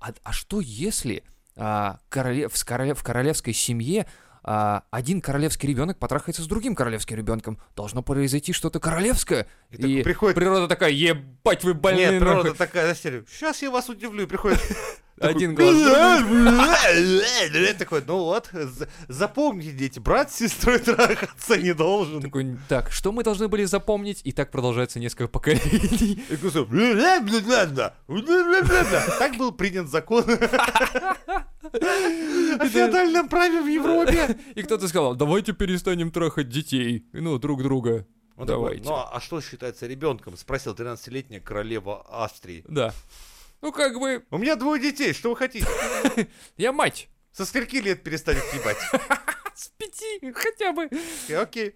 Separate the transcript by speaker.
Speaker 1: А, а что если а, короле- в, короле- в королевской семье а, один королевский ребенок потрахается с другим королевским ребенком? Должно произойти что-то королевское.
Speaker 2: И,
Speaker 1: И
Speaker 2: так приходит...
Speaker 1: природа такая, ебать вы больные.
Speaker 2: Нет, природа
Speaker 1: нахуй».
Speaker 2: такая, сейчас я вас удивлю. И приходит
Speaker 1: Один
Speaker 2: такой,
Speaker 1: глаз.
Speaker 2: Такой, ну вот, за- запомните, дети, брат с сестрой трахаться не должен.
Speaker 1: Такой, так, что мы должны были запомнить? И так продолжается несколько поколений.
Speaker 2: И такой, Так был принят закон о феодальном праве в Европе.
Speaker 1: И кто-то сказал, давайте перестанем трахать детей, ну, друг друга.
Speaker 2: Он такой,
Speaker 1: Давайте.
Speaker 2: Ну а что считается ребенком? Спросил 13-летняя королева Австрии.
Speaker 1: Да. Ну, как бы,
Speaker 2: У меня двое детей, что вы хотите?
Speaker 1: я мать.
Speaker 2: Со скольки лет перестанет ебать?
Speaker 1: С пяти хотя бы.
Speaker 2: Окей.